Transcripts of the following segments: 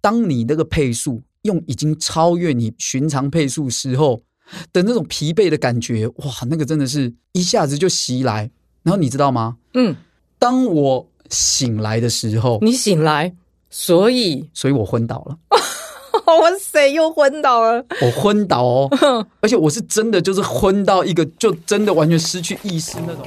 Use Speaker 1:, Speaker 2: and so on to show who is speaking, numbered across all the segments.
Speaker 1: 当你那个配速用已经超越你寻常配速时候的那种疲惫的感觉，哇，那个真的是一下子就袭来。然后你知道吗？
Speaker 2: 嗯，
Speaker 1: 当我醒来的时候，
Speaker 2: 你醒来，所 以
Speaker 1: 所以我昏倒了，
Speaker 2: 哇塞，又昏倒了。
Speaker 1: 我昏倒哦，而且我是真的就是昏到一个就真的完全失去意识那种。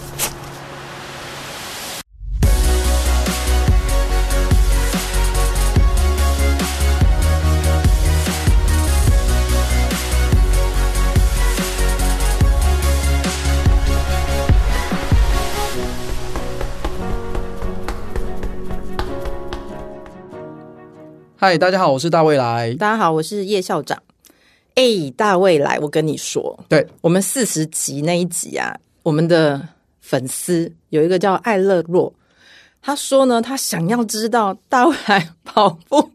Speaker 1: 嗨，大家好，我是大未来。
Speaker 2: 大家好，我是叶校长。哎、大未来，我跟你说，
Speaker 1: 对，
Speaker 2: 我们四十集那一集啊，我们的粉丝有一个叫艾乐若，他说呢，他想要知道大未来跑步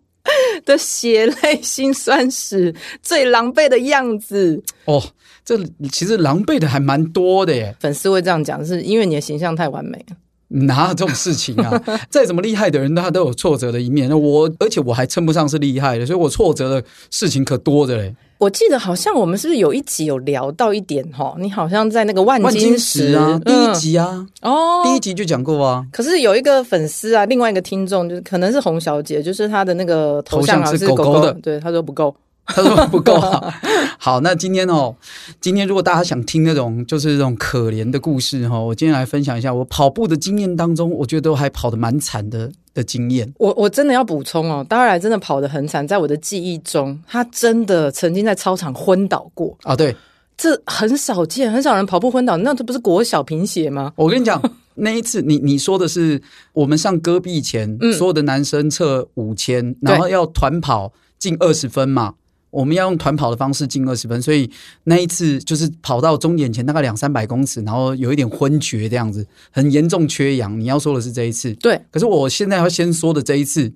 Speaker 2: 的血泪辛酸史，最狼狈的样子。
Speaker 1: 哦，这其实狼狈的还蛮多的耶，
Speaker 2: 粉丝会这样讲，是因为你的形象太完美了。
Speaker 1: 哪有这种事情 啊？再怎么厉害的人，他都有挫折的一面。那我，而且我还称不上是厉害的，所以我挫折的事情可多着嘞。
Speaker 2: 我记得好像我们是不是有一集有聊到一点哈？你好像在那个万
Speaker 1: 万
Speaker 2: 金
Speaker 1: 金
Speaker 2: 石
Speaker 1: 石啊，第一、
Speaker 2: 嗯
Speaker 1: 集啊，
Speaker 2: 哦，
Speaker 1: 第一集就讲过啊，
Speaker 2: 可是有一个粉丝啊，另外一个听众就是可能是洪小姐，就是她的那个头像啊
Speaker 1: 头像是
Speaker 2: 狗
Speaker 1: 狗狗的
Speaker 2: 对，她说不够。
Speaker 1: 他说不够好。 好，那今天哦，今天如果大家想听那种就是那种可怜的故事哈、哦，我今天来分享一下我跑步的经验当中，我觉得我还跑得蛮惨的的经验。
Speaker 2: 我我真的要补充哦，当然真的跑得很惨，在我的记忆中，她真的曾经在操场昏倒过，
Speaker 1: 啊，对，
Speaker 2: 这很少见，很少人跑步昏倒，那这不是国小贫血吗？
Speaker 1: 我跟你讲，那一次你你说的是我们上戈壁前，所有的男生测五千，然后要团跑进二十分嘛。我们要用团跑的方式进二十分，所以那一次就是跑到终点前大概两三百公尺，然后有一点昏厥这样子，很严重缺氧。你要说的是这一次，
Speaker 2: 对，
Speaker 1: 可是我现在要先说的这一次，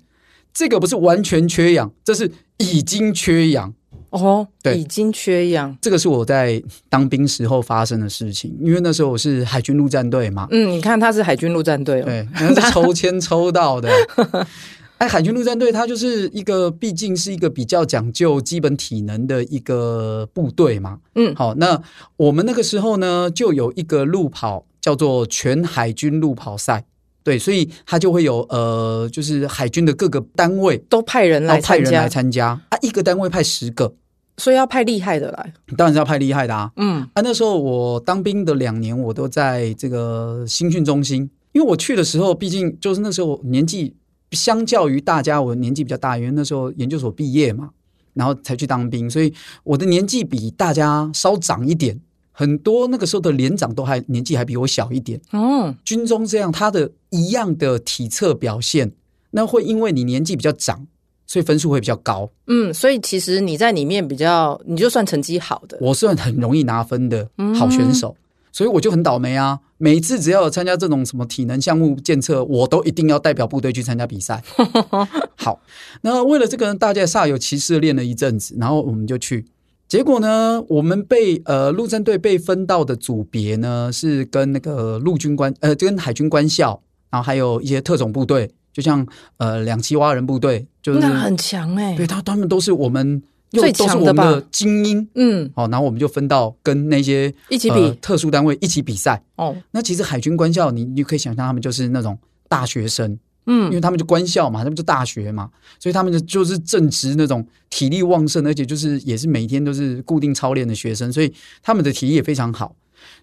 Speaker 1: 这个不是完全缺氧，这是已经缺氧。
Speaker 2: 哦，
Speaker 1: 对
Speaker 2: 已经缺氧，
Speaker 1: 这个是我在当兵时候发生的事情，因为那时候我是海军陆战队 嘛，
Speaker 2: 嗯，你看她是海军陆战队哦，
Speaker 1: 对，那是抽签抽到的。 哎，海军陆战队它就是一个，毕竟是一个比较讲究基本体能的一个部队嘛。
Speaker 2: 嗯
Speaker 1: 好，那我们那个时候呢，就有一个路跑叫做全海军路跑赛，对，所以它就会有呃，就是海军的各个单位
Speaker 2: 都派人
Speaker 1: 然
Speaker 2: 来
Speaker 1: 后哦派
Speaker 2: 参
Speaker 1: 人
Speaker 2: 加
Speaker 1: 来，参加啊，一个单位派十个，
Speaker 2: 所以要派厉害的来，
Speaker 1: 当然是要派厉害的啊。
Speaker 2: 嗯，
Speaker 1: 啊，那时候我当兵的两年，我都在这个新训中心，因为我去的时候，毕竟就是那时候我年纪相较于大家，我年纪比较大，因为那时候研究所毕业嘛，然后才去当兵，所以我的年纪比大家稍长一点，很多那个时候的连长都还年纪还比我小一点。
Speaker 2: 哦，
Speaker 1: 军中这样，他的一样的体测表现，那会因为你年纪比较长，所以分数会比较高。
Speaker 2: 嗯，所以其实你在里面比较，你就算成绩好的，
Speaker 1: 我算很容易拿分的
Speaker 2: 嗯
Speaker 1: 好选手，所以我就很倒霉啊！每次只要有参加这种什么体能项目检测，我都一定要代表部队去参加比 赛。好，那为了这个呢，大家煞有其事地练了一阵子，然后我们就去。结果呢，我们被呃陆战队被分到的组别呢，是跟那个陆军官呃跟海军官校，然后还有一些特种部队，就像呃两栖蛙人部队，就是
Speaker 2: 那很强哎、
Speaker 1: 对他他们都是我们又
Speaker 2: 最
Speaker 1: 都是
Speaker 2: 强
Speaker 1: 我
Speaker 2: 的
Speaker 1: 们
Speaker 2: 吧
Speaker 1: 的精英。
Speaker 2: 嗯，
Speaker 1: 哦好，然后我们就分到跟那些
Speaker 2: 一起
Speaker 1: 呃
Speaker 2: 比、
Speaker 1: 特殊单位一起比赛。
Speaker 2: 哦，
Speaker 1: 那其实海军官校，你你可以想象他们就是那种大学生，因
Speaker 2: 嗯，
Speaker 1: 为他们就官校嘛，他们就大学嘛，所以他们就就是正值那种体力旺盛，而且就是也是每天都是固定操练的学生，所以他们的体力也非常好。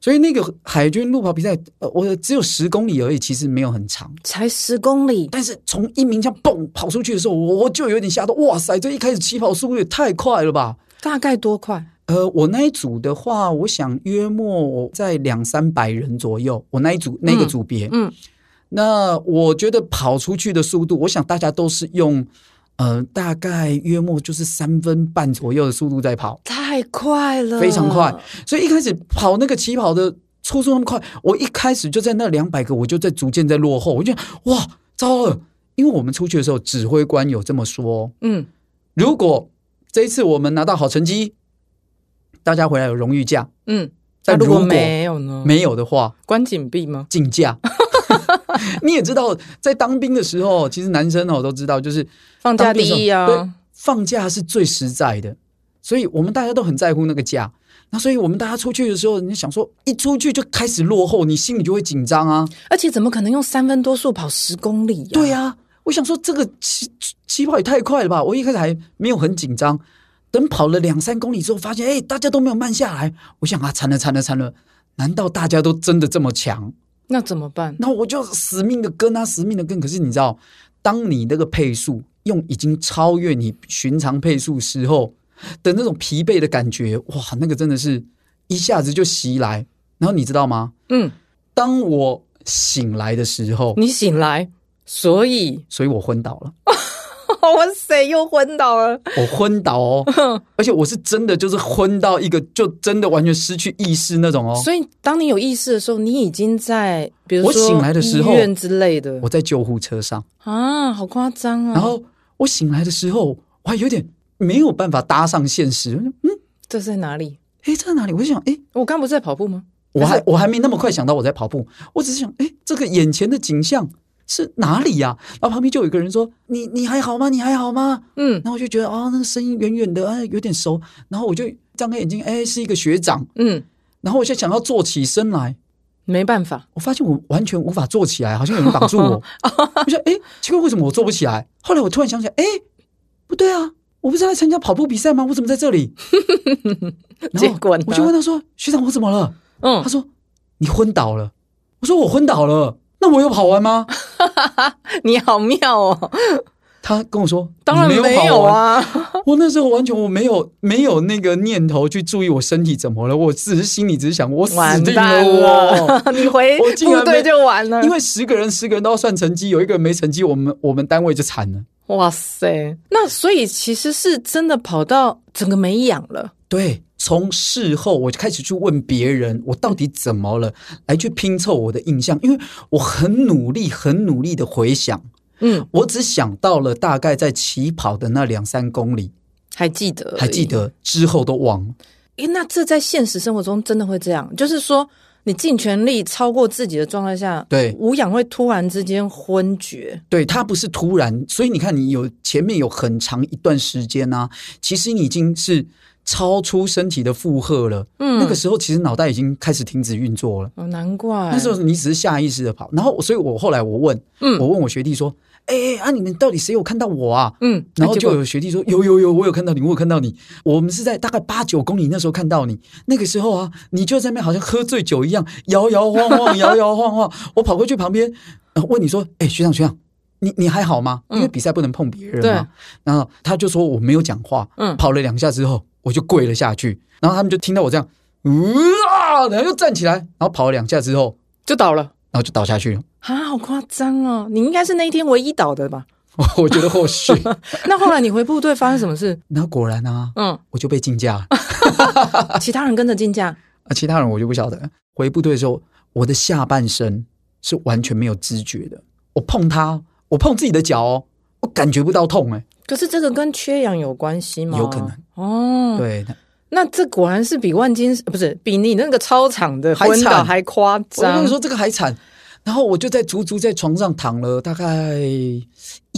Speaker 1: 所以那个海军路跑比赛，呃，我只有十公里而已，其实没有很长。
Speaker 2: 才十公里，
Speaker 1: 但是从一鸣枪蹦跑出去的时候，我我就有点吓到，哇塞，这一开始起跑速度也太快了吧！
Speaker 2: 大概多快？
Speaker 1: 呃，我那一组的话，我想约莫在两三百人左右。我那一组那个组别，
Speaker 2: 嗯
Speaker 1: 那我觉得跑出去的速度，我想大家都是用，呃，大概约莫就是三分半左右的速度在跑，
Speaker 2: 太快了，
Speaker 1: 非常快。所以一开始跑那个起跑的速度那么快，我一开始就在那两百个，我就在逐渐在落后，我就觉得哇，糟了。因为我们出去的时候，指挥官有这么说：
Speaker 2: 嗯，
Speaker 1: 如果这一次我们拿到好成绩，大家回来有荣誉假，
Speaker 2: 嗯，那
Speaker 1: 但
Speaker 2: 如
Speaker 1: 如
Speaker 2: 果嗯
Speaker 1: 果
Speaker 2: 没有呢？
Speaker 1: 没有的话，
Speaker 2: 关紧闭吗？
Speaker 1: 竞 价。 你也知道，在当兵的时候，其实男生哦都知道，就是
Speaker 2: 放假第一
Speaker 1: 对
Speaker 2: 啊，，
Speaker 1: 放假是最实在的，所以我们大家都很在乎那个假。那所以我们大家出去的时候，你想说一出去就开始落后，你心里就会紧张啊。
Speaker 2: 而且怎么可能用三分多速跑十公里呀、
Speaker 1: 对、啊，我想说这个起起跑也太快了吧！我一开始还没有很紧张，等跑了两三公里之后，发现哎、大家都没有慢下来。我想啊，惨了惨了惨了！难道大家都真的这么强？
Speaker 2: 那怎么办？
Speaker 1: 那我就死命的跟啊，死命的跟。可是你知道，当你那个配速用已经超越你寻常配速时候的那种疲惫的感觉，哇，那个真的是一下子就袭来。然后你知道吗？
Speaker 2: 嗯，
Speaker 1: 当我醒来的时候，
Speaker 2: 你醒来，所以
Speaker 1: 所以我昏倒了，
Speaker 2: 哇塞，又昏倒了。
Speaker 1: 我昏倒哦，而且我是真的就是昏到一个就真的完全失去意识那种哦。
Speaker 2: 所以当你有意识的时候，你已经在，比如
Speaker 1: 我
Speaker 2: 说
Speaker 1: 醒来的时候
Speaker 2: 医院之类的
Speaker 1: 我在救护车上，
Speaker 2: 啊，好夸张啊！
Speaker 1: 然后我醒来的时候，我还有点没有办法搭上现实。我就嗯，
Speaker 2: 这是在哪里？
Speaker 1: 诶，在哪里？我就想，诶。
Speaker 2: 我刚不是在跑步吗？
Speaker 1: 我
Speaker 2: 还
Speaker 1: 还我还没那么快想到我在跑步，我只是想，哎，这个眼前的景象是哪里呀、然后旁边就有一个人说：“你你还好吗？你还好吗
Speaker 2: 嗯？”
Speaker 1: 然后我就觉得，哦，那个声音远远的，哎，有点熟。然后我就张开眼睛，哎，是一个学长。
Speaker 2: 嗯，
Speaker 1: 然后我就想要坐起身来，
Speaker 2: 没办法，
Speaker 1: 我发现我完全无法坐起来，好像有人绑住 我。我想，哎，奇怪，为什么我坐不起来？后来我突然想起来，哎，不对啊，我不是来参加跑步比赛吗？我怎么在这 里？然
Speaker 2: 结
Speaker 1: 后
Speaker 2: 果呢
Speaker 1: 我就问他说：“学长，我怎么了？”
Speaker 2: 嗯
Speaker 1: 他，说：“你昏倒了。”我说：“我昏倒了，那我有跑完吗
Speaker 2: 你好妙哦，？”
Speaker 1: 他跟我说：“
Speaker 2: 当然
Speaker 1: 你没
Speaker 2: 没
Speaker 1: 跑
Speaker 2: 有
Speaker 1: 完。
Speaker 2: 啊，”
Speaker 1: 我那时候完全我没有没有那个念头去注意我身体怎么了，我只是心里只是想我死 啊
Speaker 2: 完
Speaker 1: 定
Speaker 2: 蛋
Speaker 1: 我。
Speaker 2: 了，你回
Speaker 1: 我竟然
Speaker 2: 部
Speaker 1: 没
Speaker 2: 队就完了
Speaker 1: 因。为十个人十个人都要算成绩，有一个人没成绩，我们我们单位就惨了。
Speaker 2: 哇塞，那所以其实是真的跑到整个没氧了。
Speaker 1: 对，从事后我就开始去问别人，我到底怎么了，来去拼凑我的印象，因为我很努力、很努力的回想，
Speaker 2: 嗯，
Speaker 1: 我只想到了大概在起跑的那两三公里，
Speaker 2: 还记得，
Speaker 1: 还记。得之后都忘了。
Speaker 2: 诶，那这在现实生活中真的会这样，就是说你尽全力超过自己的状态下，
Speaker 1: 对
Speaker 2: 无氧会突然之间昏厥。
Speaker 1: 对，它不是突然，所以你看，你有前面有很长一段时间啊，其实你已经是超出身体的负荷了。
Speaker 2: 嗯
Speaker 1: 那个时候其实脑袋已经开始停止运作了，
Speaker 2: 哦，难怪。
Speaker 1: 那时候你只是下意识的跑。然后，所以我后来我问，
Speaker 2: 嗯
Speaker 1: 我问我学弟说：“哎、哎啊，你们到底谁有看到我啊？”
Speaker 2: 嗯，
Speaker 1: 然后
Speaker 2: 结
Speaker 1: 就
Speaker 2: 果
Speaker 1: 有学弟说：“有有有，我有看到你，我有看到你。我们是在大概八九公里那时候看到你。那个时候啊，你就在那边好像喝醉酒一样，摇摇晃晃， 摇摇晃晃。我跑过去旁边、呃问你说：‘哎、学长学长，你你还好吗？’
Speaker 2: 嗯
Speaker 1: 因为比赛不能碰别人嘛。然后他就说我没有讲话。
Speaker 2: 嗯
Speaker 1: 跑了两下之后，我就跪了下去。然后他们就听到我这样，啊，然后又站起来，然后跑了两下之后，
Speaker 2: 就倒了。
Speaker 1: 然后就倒下去了。
Speaker 2: 啊，好夸张哦！你应该是那一天唯一倒的吧？
Speaker 1: 我我觉得或许，
Speaker 2: 那后来你回部队发生什么事？
Speaker 1: 然后果然啊，
Speaker 2: 嗯，
Speaker 1: 我就被竞价了。
Speaker 2: 其他人跟着竞价，
Speaker 1: 啊，其他人我就不晓得。回部队的时候，我的下半身是完全没有知觉的，我碰它，我碰自己的脚哦，我感觉不到痛哎、
Speaker 2: 可是这个跟缺氧有关系吗？
Speaker 1: 有可能
Speaker 2: 哦。
Speaker 1: 对，
Speaker 2: 那这果然是比万金呃不是比你那个操场的昏
Speaker 1: 还
Speaker 2: 倒
Speaker 1: 惨
Speaker 2: 还夸
Speaker 1: 我跟
Speaker 2: 张
Speaker 1: 你。说这个还惨。然后我就在足足在床上躺了大概一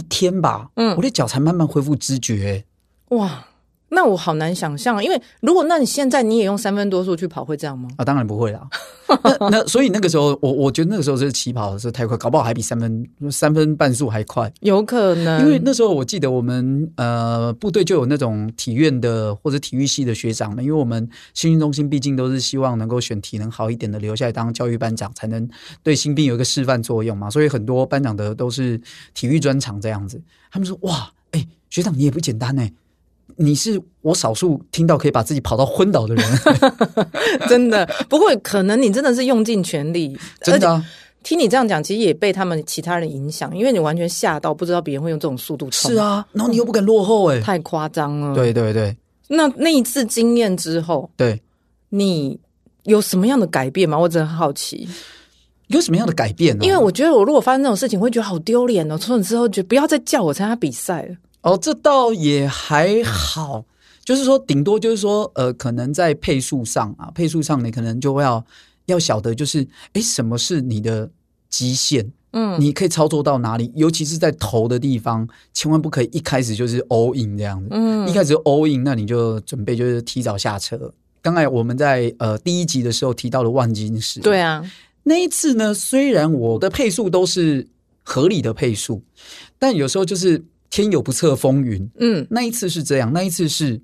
Speaker 1: 天吧，
Speaker 2: 嗯
Speaker 1: 我的脚才慢慢恢复知觉、哎
Speaker 2: 哇，那我好难想象，因为如果那你现在你也用三分多速去跑，会这样吗？
Speaker 1: 啊，当然不会啦。 那那所以那个时候，我我觉得那个时候是起跑的时候太快，搞不好还比三分三分半速还快。
Speaker 2: 有可能，
Speaker 1: 因为那时候我记得我们呃部队就有那种体院的或者体育系的学长们，因为我们新训中心毕竟都是希望能够选体能好一点的留下来当教育班长，才能对新兵有一个示范作用嘛。所以很多班长的都是体育专长这样子。他们说：“哇，哎、学长你也不简单哎、你是我少数听到可以把自己跑到昏倒的人，
Speaker 2: 真的，不过可能你真的是用尽全力，
Speaker 1: 真的、啊、
Speaker 2: 而且听你这样讲，其实也被他们其他人影响，因为你完全吓到，不知道别人会用这种速度冲，
Speaker 1: 是，啊。然后你又不敢落后哎、
Speaker 2: 太夸张了。，
Speaker 1: 对对对
Speaker 2: 那那一次经验之后，
Speaker 1: 对，
Speaker 2: 你有什么样的改变吗？我真的很好奇。
Speaker 1: 有什么样的改变呢、
Speaker 2: 因为我觉得我如果发生这种事情，我会觉得好丢脸哦。从此之后，觉得不要再叫我参加比赛了。
Speaker 1: 哦，这倒也还好，就是说顶多就是说呃，可能在配速上啊，配速上你可能就会要要晓得就是诶，什么是你的极限。
Speaker 2: 嗯，
Speaker 1: 你可以操作到哪里，尤其是在头的地方，千万不可以一开始就是 all in 这样子。
Speaker 2: 嗯
Speaker 1: 一开始 all in，那你就准备就是提早下车。刚才我们在呃第一集的时候提到了万金石，
Speaker 2: 对啊，
Speaker 1: 那一次呢，虽然我的配速都是合理的配速，但有时候就是天有不测风云。
Speaker 2: 嗯，
Speaker 1: 那一次是这样，那一次是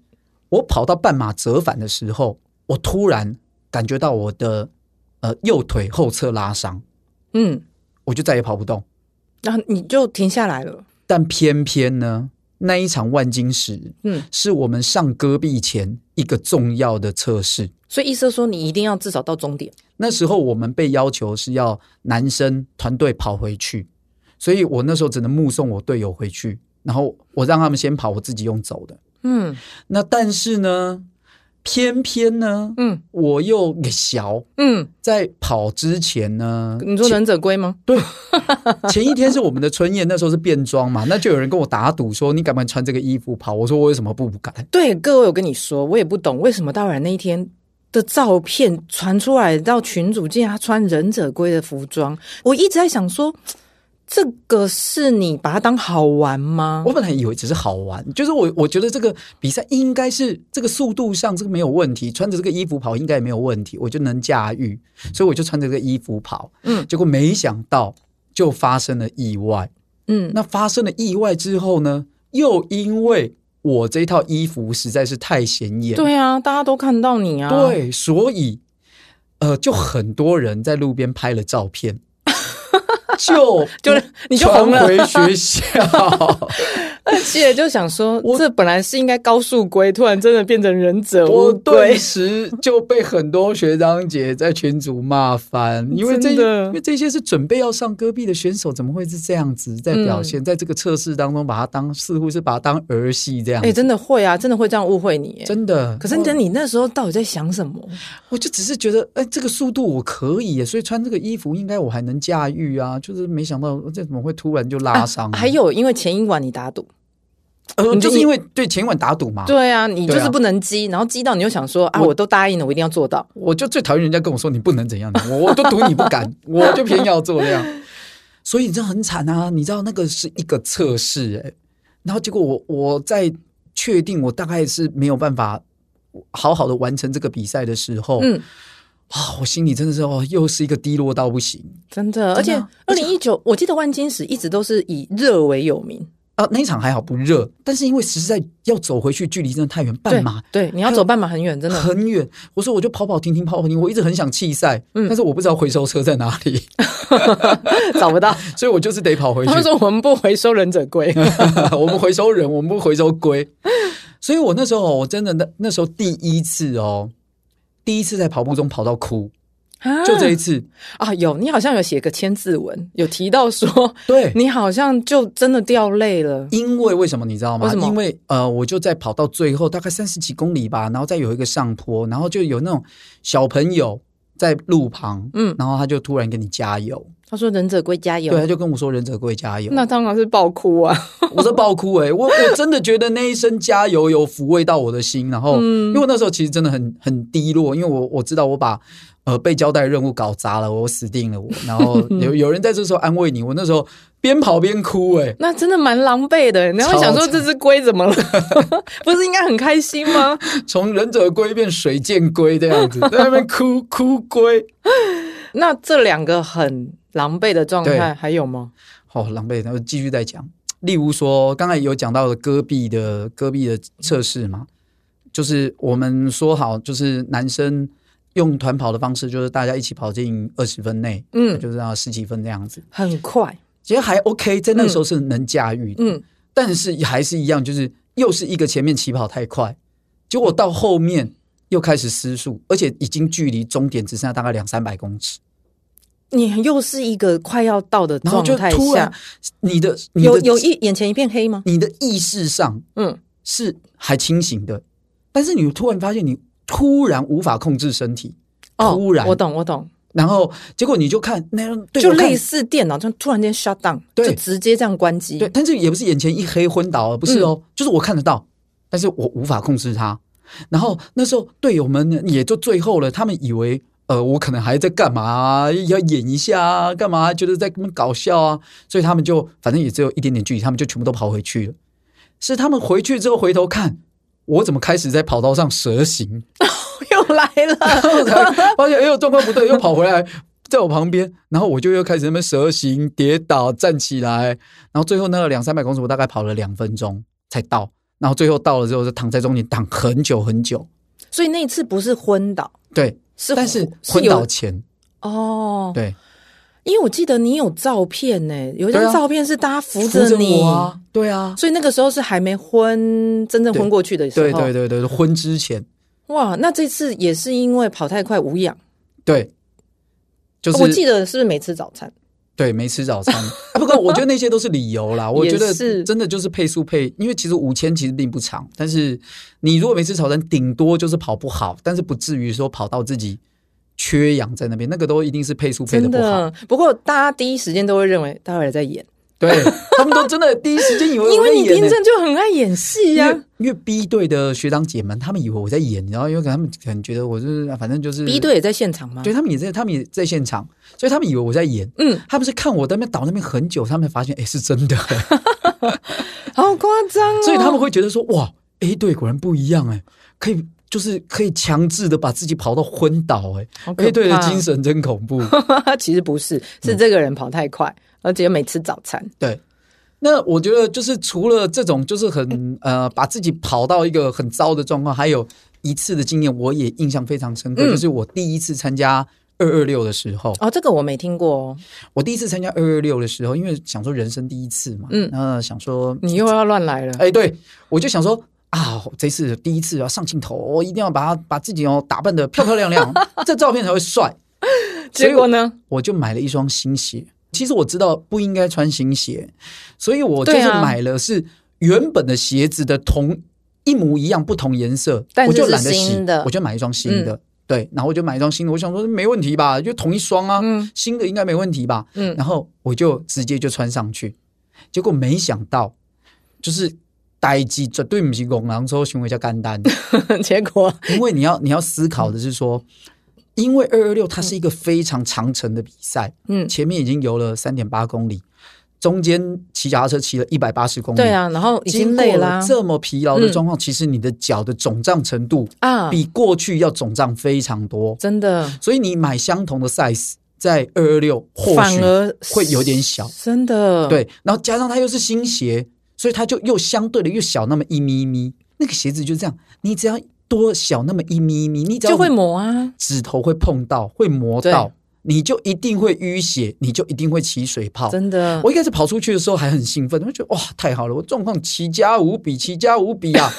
Speaker 1: 我跑到半马折返的时候，我突然感觉到我的呃右腿后侧拉伤，
Speaker 2: 嗯，
Speaker 1: 我就再也跑不动。
Speaker 2: 然后你就停下来了。
Speaker 1: 但偏偏呢，那一场万金石
Speaker 2: 嗯，
Speaker 1: 是我们上戈壁前一个重要的测试。
Speaker 2: 所以医生说你一定要至少到终点。
Speaker 1: 那时候我们被要求是要男生团队跑回去，所以我那时候只能目送我队友回去，然后我让他们先跑，我自己用走的。
Speaker 2: 嗯
Speaker 1: 那但是呢，偏偏呢，
Speaker 2: 嗯
Speaker 1: 我又给小
Speaker 2: 嗯，
Speaker 1: 在跑之前呢，
Speaker 2: 你说忍者龟吗？
Speaker 1: 前一天是我们的春宴，那时候是变装嘛，那就有人跟我打赌说你敢不敢穿这个衣服跑？我说我为什么不敢？
Speaker 2: 对，各位，我跟你说，我也不懂为什么大然那一天的照片传出来到群主，竟然他穿忍者龟的服装，我一直在想说，这个是你把它当好玩吗？
Speaker 1: 我本来以为只是好玩，就是我我觉得这个比赛应该是这个速度上这个没有问题，穿着这个衣服跑应该也没有问题，我就能驾驭，所以我就穿着这个衣服跑。
Speaker 2: 嗯，
Speaker 1: 结果没想到就发生了意外。
Speaker 2: 嗯
Speaker 1: 那发生了意外之后呢，又因为我这套衣服实在是太显眼，
Speaker 2: 对啊，大家都看到你啊，，
Speaker 1: 对，所以呃，就很多人在路边拍了照片，就
Speaker 2: 就是你就
Speaker 1: 传
Speaker 2: 红了，
Speaker 1: 回学校。
Speaker 2: 而且就想说
Speaker 1: 我，哦
Speaker 2: 这本来是应该高速龟，突然真的变成忍者
Speaker 1: 我
Speaker 2: 乌
Speaker 1: 顿
Speaker 2: 龟，
Speaker 1: 时就被很多学长姐在群组骂翻，因为这
Speaker 2: 真的
Speaker 1: 因为这些是准备要上戈壁的选手，怎么会是这样子在
Speaker 2: 嗯
Speaker 1: 表现？在这个测试当中，把它当似乎是把它当儿戏这样
Speaker 2: 哎、
Speaker 1: 子，
Speaker 2: 真的会啊，真的会这样误会你耶。
Speaker 1: 真的。嗯
Speaker 2: 可是，那你那时候到底在想什么？
Speaker 1: 我就只是觉得，哎，这个速度我可以耶，所以穿这个衣服应该我还能驾驭啊。就是没想到这怎么会突然就拉伤、啊
Speaker 2: 啊还有，因为前一晚你打赌，
Speaker 1: 呃，
Speaker 2: 你
Speaker 1: 就是
Speaker 2: 你
Speaker 1: 因为对前一晚打赌嘛，
Speaker 2: 对啊，你就
Speaker 1: 对啊
Speaker 2: 是不能激，然后激到你又想说啊，
Speaker 1: 我
Speaker 2: 我都答应了，我一定要做到。
Speaker 1: 我就最讨厌人家跟我说你不能怎样，你我我都赌你不 敢，我就偏要做这样。所以这很惨啊！你知道那个是一个测试哎、然后结果我我在确定我大概是没有办法好好的完成这个比赛的时候，
Speaker 2: 嗯，
Speaker 1: 啊，我心里真的是哦，又是一个低落到不行
Speaker 2: 真
Speaker 1: 啊
Speaker 2: 的。而且二零一九，我记得万金石一直都是以热为有名。
Speaker 1: 啊。那一场还好不热，但是因为实在要走回去距离真的太远，
Speaker 2: 对
Speaker 1: 半马
Speaker 2: 对，你要走半马很远，真的。
Speaker 1: 很远。我说我就跑跑停停跑跑停，我一直很想弃赛，
Speaker 2: 嗯
Speaker 1: 但是我不知道回收车在哪里，
Speaker 2: 找不到。
Speaker 1: 所以我就是得跑回去嗯
Speaker 2: 他。们说我们不回收忍者龟。
Speaker 1: 我们回收人，我们不回收龟。所以我那时候我真的那那时候第一次哦，第一次在跑步中跑到哭，
Speaker 2: 啊
Speaker 1: 就这一次。
Speaker 2: 啊，有你好像有写个千字文，有提到说
Speaker 1: 对，
Speaker 2: 你好像就真的掉泪了。
Speaker 1: 因为为什么你知道吗
Speaker 2: 为什？么
Speaker 1: 因为呃，我就在跑到最后大概三十几公里吧，然后再有一个上坡，然后就有那种小朋友在路旁，
Speaker 2: 嗯
Speaker 1: 然后他就突然给你加油，
Speaker 2: 他说忍者龟加油
Speaker 1: 对，，他就跟我说“忍者龟加油”，
Speaker 2: 那当然是爆哭啊。
Speaker 1: 我在爆哭哎、我我真的觉得那一声加油有抚慰到我的心，然后、
Speaker 2: 嗯
Speaker 1: 因为我那时候其实真的很很低落，因为我我知道我把呃被交代的任务搞砸了，我死定了我，然 后有有人在这时候安慰你，我那时候边跑边哭哎、
Speaker 2: 那真的蛮狼狈的，然后想说
Speaker 1: 超惨
Speaker 2: 这只龟怎么了？ 不是应该很开心吗？
Speaker 1: 从忍者龟变水箭龟这样子，在那边 哭哭龟，
Speaker 2: 那这两个很狼狈的状
Speaker 1: 对
Speaker 2: 态还有吗？
Speaker 1: 好狼狈，然后继续再讲。例如说，刚才有讲到的戈壁的戈壁的测试嘛，就是我们说好，就是男生用团跑的方式，就是大家一起跑进二十分内，
Speaker 2: 嗯，
Speaker 1: 就是要十几分这样子，
Speaker 2: 很快，
Speaker 1: 其实还 OK，在那个时候是能驾驭的，
Speaker 2: 嗯，
Speaker 1: 但是还是一样，就是又是一个前面起跑太快，结果到后面又开始失速，而且已经距离终点只剩下大概两三百公尺，
Speaker 2: 你又是一个快要到的
Speaker 1: 然后
Speaker 2: 状
Speaker 1: 就
Speaker 2: 态
Speaker 1: 突然
Speaker 2: 下，
Speaker 1: 你的你的
Speaker 2: 有有一眼前一片黑吗？
Speaker 1: 你的意识上
Speaker 2: 嗯，
Speaker 1: 是还清醒的，但是你突然发现你突然无法控制身体，
Speaker 2: 哦，
Speaker 1: 突然
Speaker 2: 我懂，我懂，
Speaker 1: 然后结果你就看那样对
Speaker 2: 就
Speaker 1: 我看
Speaker 2: 类似电脑，就突然间 shut down，
Speaker 1: 对
Speaker 2: 就直接这样关机。
Speaker 1: 对，但是也不是眼前一黑昏倒，而不是
Speaker 2: 嗯
Speaker 1: 哦，就是我看得到，但是我无法控制它。然后那时候队友们呢也就最后了，他们以为呃我可能还在干嘛，要演一下啊，干嘛，觉得在跟他们搞笑啊，所以他们就反正也只有一点点距离，他们就全部都跑回去了。是他们回去之后回头看，我怎么开始在跑道上蛇行？
Speaker 2: 又来 了，
Speaker 1: 然后才发现哎呦状况不对，又跑回来在我旁边，然后我就又开始在那边蛇行、跌倒、站起来，然后最后那个两三百公尺，我大概跑了两分钟才到，然后最后到了之后就躺在中间躺很久很久，
Speaker 2: 所以那一次不是昏倒，
Speaker 1: 对，
Speaker 2: 是
Speaker 1: 但是
Speaker 2: 是
Speaker 1: 昏
Speaker 2: 有
Speaker 1: 倒前，
Speaker 2: 哦。
Speaker 1: 对，
Speaker 2: 因为我记得你有照片呢、有一
Speaker 1: 对
Speaker 2: 张
Speaker 1: 啊
Speaker 2: 照片是大家扶
Speaker 1: 扶着
Speaker 2: 你，
Speaker 1: 我啊，对啊，
Speaker 2: 所以那个时候是还没昏，真正昏过去的时候。
Speaker 1: 对对对对，昏之前，
Speaker 2: 哇，那这次也是因为跑太快无氧，
Speaker 1: 对，就是
Speaker 2: 我记得是不是没吃早餐？
Speaker 1: 对，没吃早餐。 啊不过我觉得那些都是理由啦。我觉
Speaker 2: 也
Speaker 1: 得
Speaker 2: 是
Speaker 1: 真的就是配速配，因为其实五千其实并不长，但是你如果没吃早餐，顶多就是跑不好，但是不至于说跑到自己缺氧在那边，那个都一定是配速配的
Speaker 2: 真
Speaker 1: 不好。
Speaker 2: 的，不过大家第一时间都会认为大卫在演，
Speaker 1: 对他们都真的第一时间以为
Speaker 2: 因
Speaker 1: 我在
Speaker 2: 为你
Speaker 1: 演
Speaker 2: 平
Speaker 1: 呢、
Speaker 2: 正就很爱演戏
Speaker 1: 因
Speaker 2: 呀、
Speaker 1: 为因为 B 队的学长姐们，他们以为我在演，然后因为他们可能觉得我就是反正就是
Speaker 2: ，B 队也在现场吗？
Speaker 1: 对他们也在，他们也在现场，所以他们以为我在演。
Speaker 2: 嗯，
Speaker 1: 他们是看我在那边倒那边很久，他们才发现哎是真的。
Speaker 2: 好夸张 哦！
Speaker 1: 所以他们会觉得说，哇，A 队果然不一样哎、可以就是可以强制的把自己跑到昏倒哎、
Speaker 2: 好可怕啊
Speaker 1: a 队的精神真恐 怖。
Speaker 2: 其实不是，是这个人跑太快，而且又没吃早餐。
Speaker 1: 对，那我觉得就是除了这种就是很呃把自己跑到一个很糟的状况，还有一次的经验我也印象非常深
Speaker 2: 嗯
Speaker 1: 刻，就是我第一次参加。二二六的时候，
Speaker 2: 哦，这个我没听过哦，
Speaker 1: 我第一次参加二二六的时候，因为想说人生第一次嘛，
Speaker 2: 嗯
Speaker 1: 嗯，那想说
Speaker 2: 你又要乱来了。
Speaker 1: 哎、对我就想说啊，这次第一次要上镜头，我一定要把它把自己哦打扮的漂漂亮 亮，这照片才会帅。
Speaker 2: 结果呢？
Speaker 1: 我就买了一双新鞋。其实我知道不应该穿新鞋，所以我就是
Speaker 2: 对啊
Speaker 1: 买了是原本的鞋子的同一模一样不同颜色，
Speaker 2: 但是
Speaker 1: 我就是懒得洗
Speaker 2: 新的嗯
Speaker 1: 我就买一双新的。对，然后我就买一双新的，我想说没问题吧，就同一双啊，
Speaker 2: 嗯
Speaker 1: 新的应该没问题吧。
Speaker 2: 嗯
Speaker 1: 然后我就直接就穿上去，结果没想到就是代际绝对不是拱狼说行为叫干 单，
Speaker 2: 结果
Speaker 1: 因为你要你要思考的是说，
Speaker 2: 嗯
Speaker 1: 因为二二六它是一个非常长程的比赛，
Speaker 2: 嗯，
Speaker 1: 前面已经游了三点八公里，中间骑脚踏车骑了一百八十公里，
Speaker 2: 对，啊，然后已经累
Speaker 1: 过
Speaker 2: 了
Speaker 1: 了
Speaker 2: 啊
Speaker 1: 这么疲劳的状况，其实你的脚的肿胀程度
Speaker 2: 啊，
Speaker 1: 比过去要肿胀非常多，
Speaker 2: 真的
Speaker 1: 所以你买相同的 size 在二二六或
Speaker 2: 反
Speaker 1: 许
Speaker 2: 而
Speaker 1: 会有点小，
Speaker 2: 真的，
Speaker 1: 对，然后加上它又是新鞋，所以它就又相对的又小那么一咪咪，那个鞋子就这样，你只要多小那么一咪咪，你只要
Speaker 2: 就会磨啊。
Speaker 1: 指头会碰到，会磨到
Speaker 2: 对，
Speaker 1: 你就一定会淤血，你就一定会起水泡。
Speaker 2: 真的，
Speaker 1: 我一开始跑出去的时候还很兴奋，我觉得哇太好了，我状况奇佳无比，奇佳无比 啊！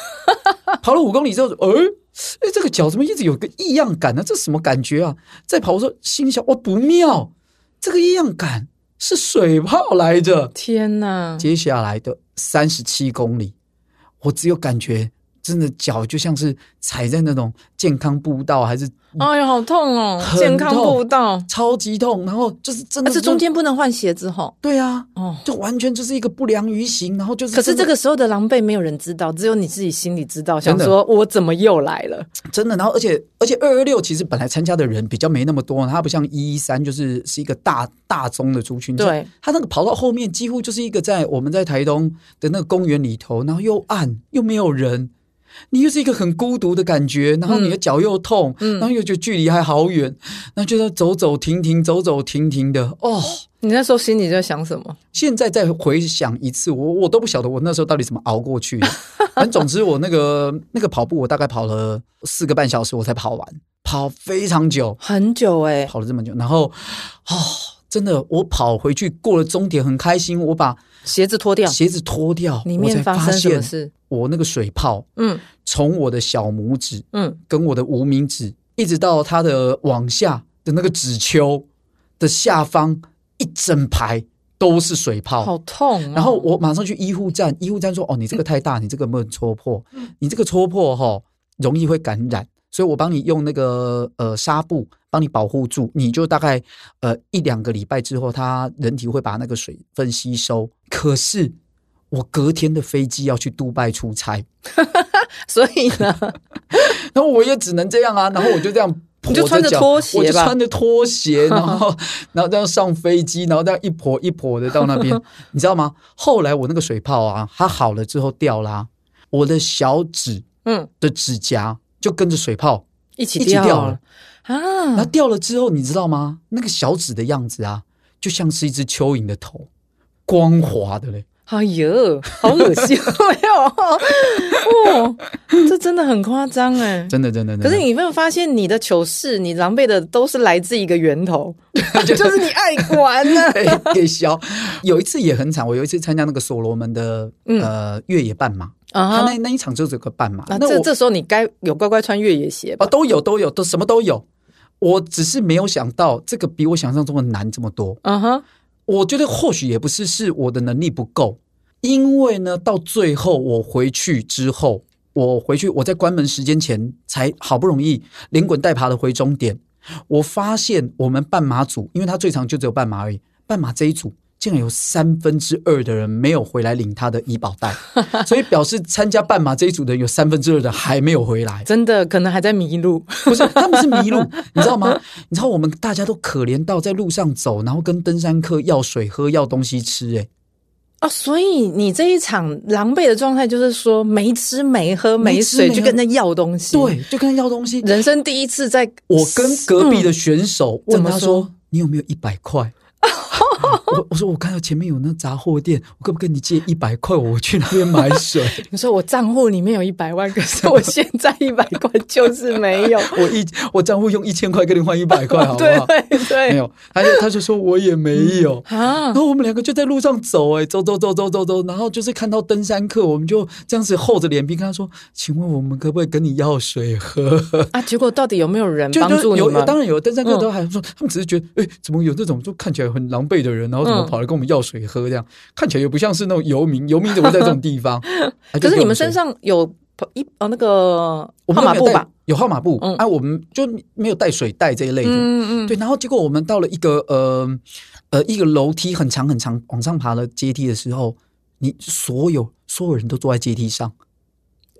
Speaker 1: 跑了五公里之后，哎、哎，这个脚怎么一直有个异样感呢、这什么感觉啊？再跑，我说心想哇不妙，这个异样感是水泡来着。
Speaker 2: 天哪！
Speaker 1: 接下来的三十七公里，我只有感觉真的脚就像是踩在那种健康步道，还是
Speaker 2: 哎呦，好痛哦！
Speaker 1: 很
Speaker 2: 健康
Speaker 1: 痛
Speaker 2: 步道，
Speaker 1: 超级痛，然后就是真的
Speaker 2: 啊，
Speaker 1: 是
Speaker 2: 这中间不能换鞋子吼。
Speaker 1: 对啊，
Speaker 2: 哦，
Speaker 1: 就完全就是一个不良于行，然后就是
Speaker 2: 可是这
Speaker 1: 真的
Speaker 2: 个时候的狼狈，没有人知道，只有你自己心里知道，
Speaker 1: 真
Speaker 2: 想
Speaker 1: 的
Speaker 2: 说我怎么又来了？
Speaker 1: 真的，然后而且而且二二六其实本来参加的人比较没那么多，它不像一一三就是是一个大大宗的族群，
Speaker 2: 对，
Speaker 1: 它那个跑到后面几乎就是一个在我们在台东的那个公园里头，然后又暗又没有人。你又是一个很孤独的感觉，然后你的脚又痛，然后又觉得距离还好远，然后觉得走走停停，走走停停的，哦，
Speaker 2: 你那时候心里在想什么？
Speaker 1: 现在再回想一次，我我都不晓得我那时候到底怎么熬过去的。但总之，我那个那个跑步，我大概跑了四个半小时，我才跑完，跑非常久，
Speaker 2: 很久哎、
Speaker 1: 跑了这么久。然后，哦，真的，我跑回去过了终点，很开心。我把
Speaker 2: 鞋子脱掉，
Speaker 1: 鞋子脱掉，
Speaker 2: 里
Speaker 1: 我才
Speaker 2: 面发
Speaker 1: 发
Speaker 2: 生什么
Speaker 1: 现
Speaker 2: 事？
Speaker 1: 我那个水泡
Speaker 2: 嗯
Speaker 1: 从我的小拇指
Speaker 2: 嗯，
Speaker 1: 跟我的无名指，一直到它的往下的那个指丘的下方一整排都是水泡，
Speaker 2: 好痛、哦。
Speaker 1: 然后我马上去医护站，医护站说：“哦，你这个太大，你这个不能戳破，你这个戳破哈、容易会感染，所以我帮你用那个呃纱布帮你保护住，你就大概呃一两个礼拜之后，它人体会把那个水分吸收。可是我隔天的飞机要去杜拜出差，
Speaker 2: 所以呢，
Speaker 1: 然后我也只能这样啊，然后我就这样跛
Speaker 2: 你就
Speaker 1: 着
Speaker 2: 穿着
Speaker 1: 脚
Speaker 2: 拖鞋
Speaker 1: 我就
Speaker 2: 吧
Speaker 1: 穿着拖鞋，然后然后这样上飞机，然后这样一跛一跛的到那边， 你知道吗？后来我那个水泡啊，它好了之后掉啦、我的小指
Speaker 2: 嗯，
Speaker 1: 的指甲就跟着水泡，
Speaker 2: 一起
Speaker 1: 一起
Speaker 2: 掉
Speaker 1: 掉了那
Speaker 2: 啊，
Speaker 1: 掉了之后，你知道吗？那个小指的样子啊，就像是一只蚯蚓的头，光滑的嘞。
Speaker 2: 哎呦，好恶心哟！哦，这真的很夸张哎。
Speaker 1: 真的，真的，真的
Speaker 2: 可是你有没有发现，你的糗事，你狼狈的都是来自一个源 头，就是你爱玩啊呢、
Speaker 1: 哎给削。有一次也很惨，我有一次参加那个所罗门的、
Speaker 2: 嗯
Speaker 1: 呃越野半马，他
Speaker 2: 啊哈。
Speaker 1: 那那一场就只有个半马，
Speaker 2: 那
Speaker 1: 那
Speaker 2: 这
Speaker 1: 我
Speaker 2: 这时候你该有乖乖穿越野鞋吧？
Speaker 1: 啊都有都有都什么都有。我只是没有想到这个比我想象中的难这么多。
Speaker 2: 啊哈，
Speaker 1: 我觉得或许也不是是我的能力不够，因为呢，到最后我回去之后，我回去我在关门时间前才好不容易连滚带爬的回终点，我发现我们半马组，因为他最长就只有半马而已，半马这一组。竟然有三分之二的人没有回来领他的医保袋，所以表示参加半马这一组的有三分之二的还没有回来。
Speaker 2: 真的可能还在迷路。
Speaker 1: 不是，他们是迷路， 你知道吗？你知道我们大家都可怜到在路上走，然后跟登山客要水喝、要东西吃、哎，
Speaker 2: 哦，所以你这一场狼狈的状态，就是说没吃没喝
Speaker 1: 没
Speaker 2: 没
Speaker 1: 吃
Speaker 2: 水，
Speaker 1: 没
Speaker 2: 去
Speaker 1: 喝
Speaker 2: 跟人家要东西。，
Speaker 1: 对，就跟他要东西。
Speaker 2: 人生第一次在嗯
Speaker 1: 我跟隔壁的选手问他
Speaker 2: 怎么
Speaker 1: 说：“
Speaker 2: 说
Speaker 1: 你有没有一百块？” 我我说我看到前面有那杂货店，我可不可以跟你借一百块？我去那边买水。
Speaker 2: 你说我账户里面有一百万，可是我现在一百块就是没 有。
Speaker 1: 我一我账户用一千块跟你换一百块，好不
Speaker 2: 对
Speaker 1: 好？
Speaker 2: 对
Speaker 1: 没
Speaker 2: 对，
Speaker 1: 有，他就他就说我也没有。
Speaker 2: 啊
Speaker 1: 然，后我们两个就在路上走、哎，走走走走走走，然后就是看到登山客，我们就这样子厚着脸皮跟他说：“请问我们可不可以跟你要水喝
Speaker 2: 啊，结果到底有没有人？”
Speaker 1: 就
Speaker 2: 帮
Speaker 1: 就
Speaker 2: 助你
Speaker 1: 有有
Speaker 2: 们？
Speaker 1: 当然有登山客
Speaker 2: 嗯
Speaker 1: 都还说，他们只是觉得，哎、怎么有这种就看起来很狼狈的人，然后怎么
Speaker 2: 嗯
Speaker 1: 跑来跟我们要水喝，这样、看起来也不像是那种游民，游民怎么会在这种地 方？啊
Speaker 2: 可
Speaker 1: 就是给
Speaker 2: 你
Speaker 1: 我
Speaker 2: 们
Speaker 1: 水
Speaker 2: 身上有一哦那个
Speaker 1: 我们
Speaker 2: 号
Speaker 1: 都
Speaker 2: 码
Speaker 1: 没有
Speaker 2: 布
Speaker 1: 带
Speaker 2: 吧？？
Speaker 1: 有号码布，
Speaker 2: 嗯
Speaker 1: 啊，我们就没有带水袋这一类的，
Speaker 2: 嗯嗯，
Speaker 1: 对，然后结果我们到了一个呃呃一个楼梯很长很长往上爬的阶梯的时候，你所有所有人都坐在阶梯上，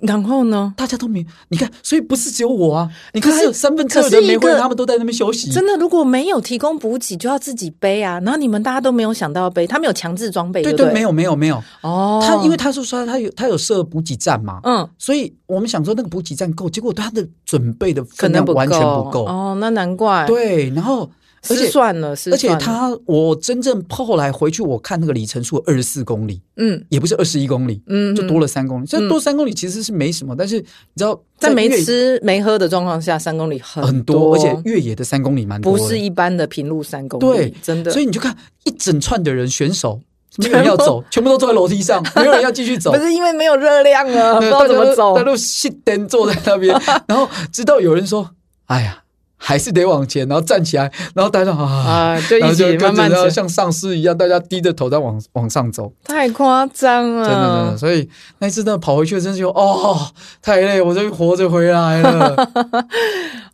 Speaker 2: 然后呢？
Speaker 1: 大家都没你看，所以不是只有我啊，你看
Speaker 2: 可是
Speaker 1: 还有三分之二
Speaker 2: 可
Speaker 1: 的
Speaker 2: 是
Speaker 1: 人没
Speaker 2: 一
Speaker 1: 回
Speaker 2: 个
Speaker 1: 来，他们都在那边休息。
Speaker 2: 真的，如果没有提供补给，就要自己背啊。然后你们大家都没有想到要背，他们有强制装备，
Speaker 1: 对
Speaker 2: 不
Speaker 1: 对，没有没有没有，
Speaker 2: 哦，
Speaker 1: 他因为他是说他有他有设补给站嘛，
Speaker 2: 嗯，
Speaker 1: 所以我们想说那个补给站够，结果他的准备的
Speaker 2: 可
Speaker 1: 分量
Speaker 2: 能不
Speaker 1: 完全不够。
Speaker 2: 哦，那难怪，，
Speaker 1: 对，然后而
Speaker 2: 失
Speaker 1: 且
Speaker 2: 算了，失
Speaker 1: 而
Speaker 2: 算
Speaker 1: 且
Speaker 2: 了
Speaker 1: 他我真正后来回去我看那个里程数二十四公里，
Speaker 2: 嗯
Speaker 1: 也不是二十一公里，
Speaker 2: 嗯，
Speaker 1: 就
Speaker 2: 嗯
Speaker 1: 多了三公里。这多三公里其实是没什么，但是你知道，
Speaker 2: 在没
Speaker 1: 越
Speaker 2: 吃没喝的状况下，三公里
Speaker 1: 很多，
Speaker 2: 多，
Speaker 1: 而且越野的三公里蛮多
Speaker 2: 不
Speaker 1: 的，
Speaker 2: 是一般的平路三公里，
Speaker 1: 对
Speaker 2: 真的。
Speaker 1: 所以你就看一整串的人选手，没有人要走，全部都坐在楼梯上，没有人要继续走
Speaker 2: 不。是因为没有热量 了，不
Speaker 1: 那
Speaker 2: 知道怎么走
Speaker 1: 大家。都熄灯坐在那 边，然后直到有人说：“哎呀，还是得往前。”然后站起来，然后大家啊，
Speaker 2: 啊，就
Speaker 1: 然
Speaker 2: 一
Speaker 1: 后
Speaker 2: 起
Speaker 1: 跟着
Speaker 2: 慢慢
Speaker 1: 然后
Speaker 2: 走，
Speaker 1: 像丧尸一样，大家低着头在往往上走。
Speaker 2: 太夸张了，
Speaker 1: 真的真的，所以那一次真的跑回去，真是就哦，太累，我终于活着回来了。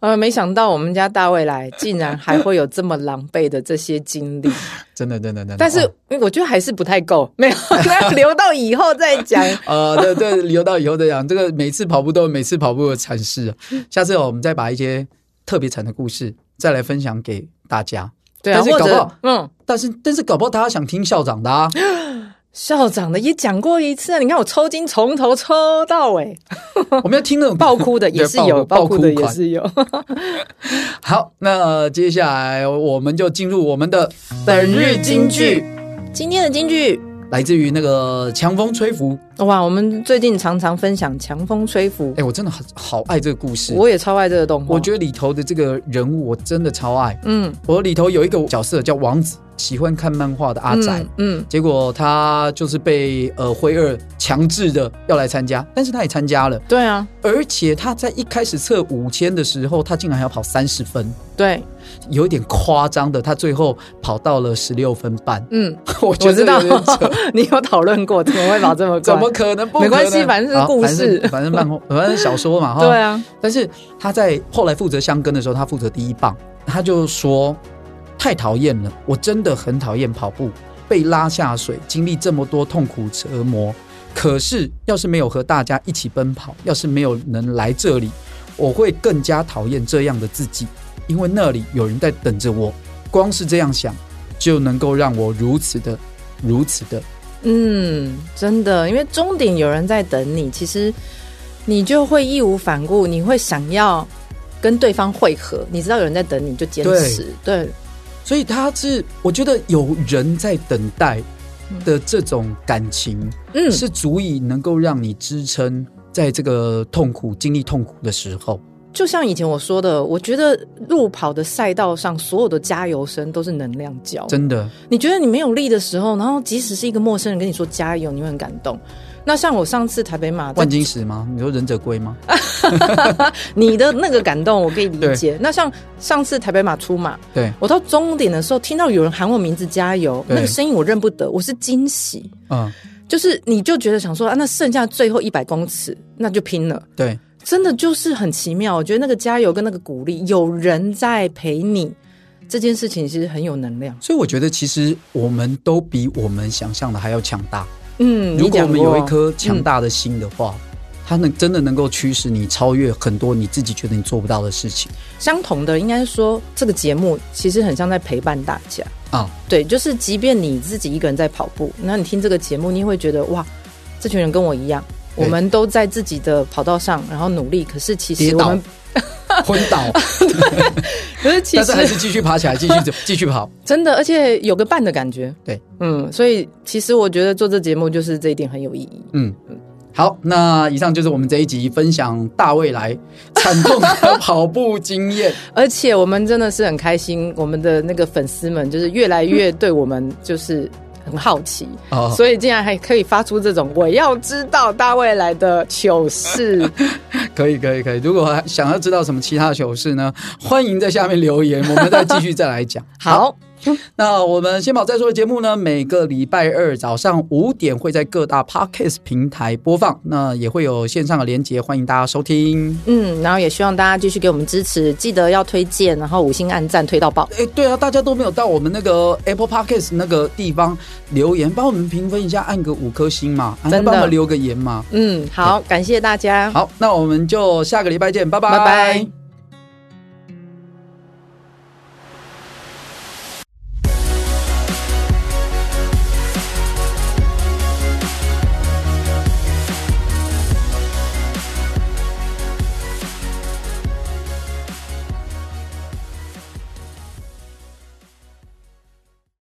Speaker 2: 呃，没想到我们家大未来竟然还会有这么狼狈的这些经 历，
Speaker 1: 真的真的真的。
Speaker 2: 但是
Speaker 1: 哦
Speaker 2: 我觉得还是不太够， 没有，那留到以后再讲。
Speaker 1: 呃，对对，留到以后再讲。这个每次跑步都有每次跑步的惨事啊，下次哦我们再把一些特别惨的故事再来分享给大家。
Speaker 2: 对啊，
Speaker 1: 但是
Speaker 2: 或
Speaker 1: 搞不
Speaker 2: 者
Speaker 1: 好
Speaker 2: 嗯，
Speaker 1: 但是但是搞不好大家想听校长的 啊，
Speaker 2: 校长的也讲过一次啊，你看我抽筋从头抽 到尾，
Speaker 1: 我们要听那种
Speaker 2: 爆哭的也
Speaker 1: 对
Speaker 2: 是有，
Speaker 1: 爆
Speaker 2: 爆
Speaker 1: 哭
Speaker 2: 哭的也
Speaker 1: 款
Speaker 2: 是有。
Speaker 1: 好，那接下来我们就进入我们的
Speaker 2: 本日金句，今天的金句。
Speaker 1: 来自于那个强风吹拂。
Speaker 2: 哇，我们最近常常分享《强风吹拂》
Speaker 1: 哎，我真的很好爱这个故事，
Speaker 2: 我也超爱这个动画。
Speaker 1: 我觉得里头的这个人物我真的超爱。
Speaker 2: 嗯，
Speaker 1: 我里头有一个角色叫王子，喜欢看漫画的阿宅。
Speaker 2: 嗯，嗯，
Speaker 1: 结果他就是被呃灰二强制的要来参加，但是他也参加了，
Speaker 2: 对啊，
Speaker 1: 而且他在一开始测五千的时候，他竟然还要跑三十分，
Speaker 2: 对，
Speaker 1: 有一点夸张的，他最后跑到了十六分半。
Speaker 2: 嗯，
Speaker 1: 我觉
Speaker 2: 我
Speaker 1: 得
Speaker 2: 知道
Speaker 1: 有点扯
Speaker 2: 你有讨论过，怎么会跑这 么
Speaker 1: 怎
Speaker 2: 快？
Speaker 1: 么可能？不
Speaker 2: 没关
Speaker 1: 可
Speaker 2: 系
Speaker 1: 能
Speaker 2: 反正是
Speaker 1: 好
Speaker 2: 故
Speaker 1: 反正
Speaker 2: 事
Speaker 1: 反正漫画，反正小说嘛哈。
Speaker 2: 对啊，
Speaker 1: 但是他在后来负责香根的时候，他负责第一棒，他就说太讨厌了，我真的很讨厌跑步，被拉下水，经历这么多痛苦折磨。可是要是没有和大家一起奔跑，要是没有能来这里，我会更加讨厌这样的自己，因为那里有人在等着我。光是这样想，就能够让我如此的、如此的
Speaker 2: 嗯，真的，因为终点有人在等你，其实你就会义无反顾，你会想要跟对方汇合。你知道有人在等你，就坚持。对，
Speaker 1: 所以他是我觉得有人在等待的这种感情，
Speaker 2: 嗯，
Speaker 1: 是足以能够让你支撑在这个痛苦、经历痛苦的时候。
Speaker 2: 就像以前我说的，我觉得路跑的赛道上所有的加油声都是能量胶。
Speaker 1: 真的，
Speaker 2: 你觉得你没有力的时候，然后即使是一个陌生人跟你说加油，你会很感动。那像我上次台北马在
Speaker 1: 万金石吗？你说忍者龟吗？
Speaker 2: 啊你的那个感动我可以理
Speaker 1: 对
Speaker 2: 解。那像上次台北马出马，
Speaker 1: 对，
Speaker 2: 我到终点的时候听到有人喊我名字加油，
Speaker 1: 对
Speaker 2: 那个声音我认不得，我是惊喜。
Speaker 1: 嗯，
Speaker 2: 就是你就觉得想说啊，那剩下最后一百公尺，那就拼了。
Speaker 1: 对，
Speaker 2: 真的就是很奇妙，我觉得那个加油跟那个鼓励，有人在陪你，这件事情其实很有能量。
Speaker 1: 所以我觉得其实我们都比我们想象的还要强大。
Speaker 2: 嗯，
Speaker 1: 如
Speaker 2: 你
Speaker 1: 果
Speaker 2: 讲
Speaker 1: 我们有一
Speaker 2: 过
Speaker 1: 颗强大的心的话，它能真的能够驱使你超越很多你自己觉得你做不到的事情
Speaker 2: 相同的，应该说这个节目其实很像在陪伴大家。
Speaker 1: 啊。
Speaker 2: 对，就是即便你自己一个人在跑步，那你听这个节目，你也会觉得哇，这群人跟我一样，
Speaker 1: 对
Speaker 2: 我们都在自己的跑道上，然后努力。可是其
Speaker 1: 跌
Speaker 2: 实我
Speaker 1: 倒
Speaker 2: 们，、
Speaker 1: 昏倒，
Speaker 2: 可是其
Speaker 1: 但是还
Speaker 2: 实
Speaker 1: 是继续爬起来，继 续走，继续跑。
Speaker 2: 真的，而且有个伴的感觉。
Speaker 1: 对，
Speaker 2: 嗯，所以其实我觉得做这节目就是这一点很有意义。
Speaker 1: 嗯，好，那以上就是我们这一集分享大未来惨痛的 跑步经验。
Speaker 2: 而且我们真的是很开心，我们的那个粉丝们就是越来越对我们就是很好奇，
Speaker 1: 哦
Speaker 2: 所以竟然还可以发出这种我要知道大未来的糗 事。
Speaker 1: 可以，可以，可以。如果还想要知道什么其他的糗事呢， 欢迎在下面留言，我们再继续再来 讲。
Speaker 2: 好，
Speaker 1: 那我们先跑再说的节目呢，每个礼拜二早上五点会在各大 podcast 平台播放，那也会有线上的连接，欢迎大家收听。
Speaker 2: 嗯，然后也希望大家继续给我们支持，记得要推荐，然后五星按赞推到爆。
Speaker 1: 哎，对啊，大家都没有到我们那个 Apple Podcast 那个地方留言，帮我们评分一下，按个五颗星嘛，啊
Speaker 2: 真的
Speaker 1: 帮我们留个言嘛。
Speaker 2: 嗯，好，感谢大家，
Speaker 1: 好，那我们就下个礼拜见，拜拜，
Speaker 2: 拜拜。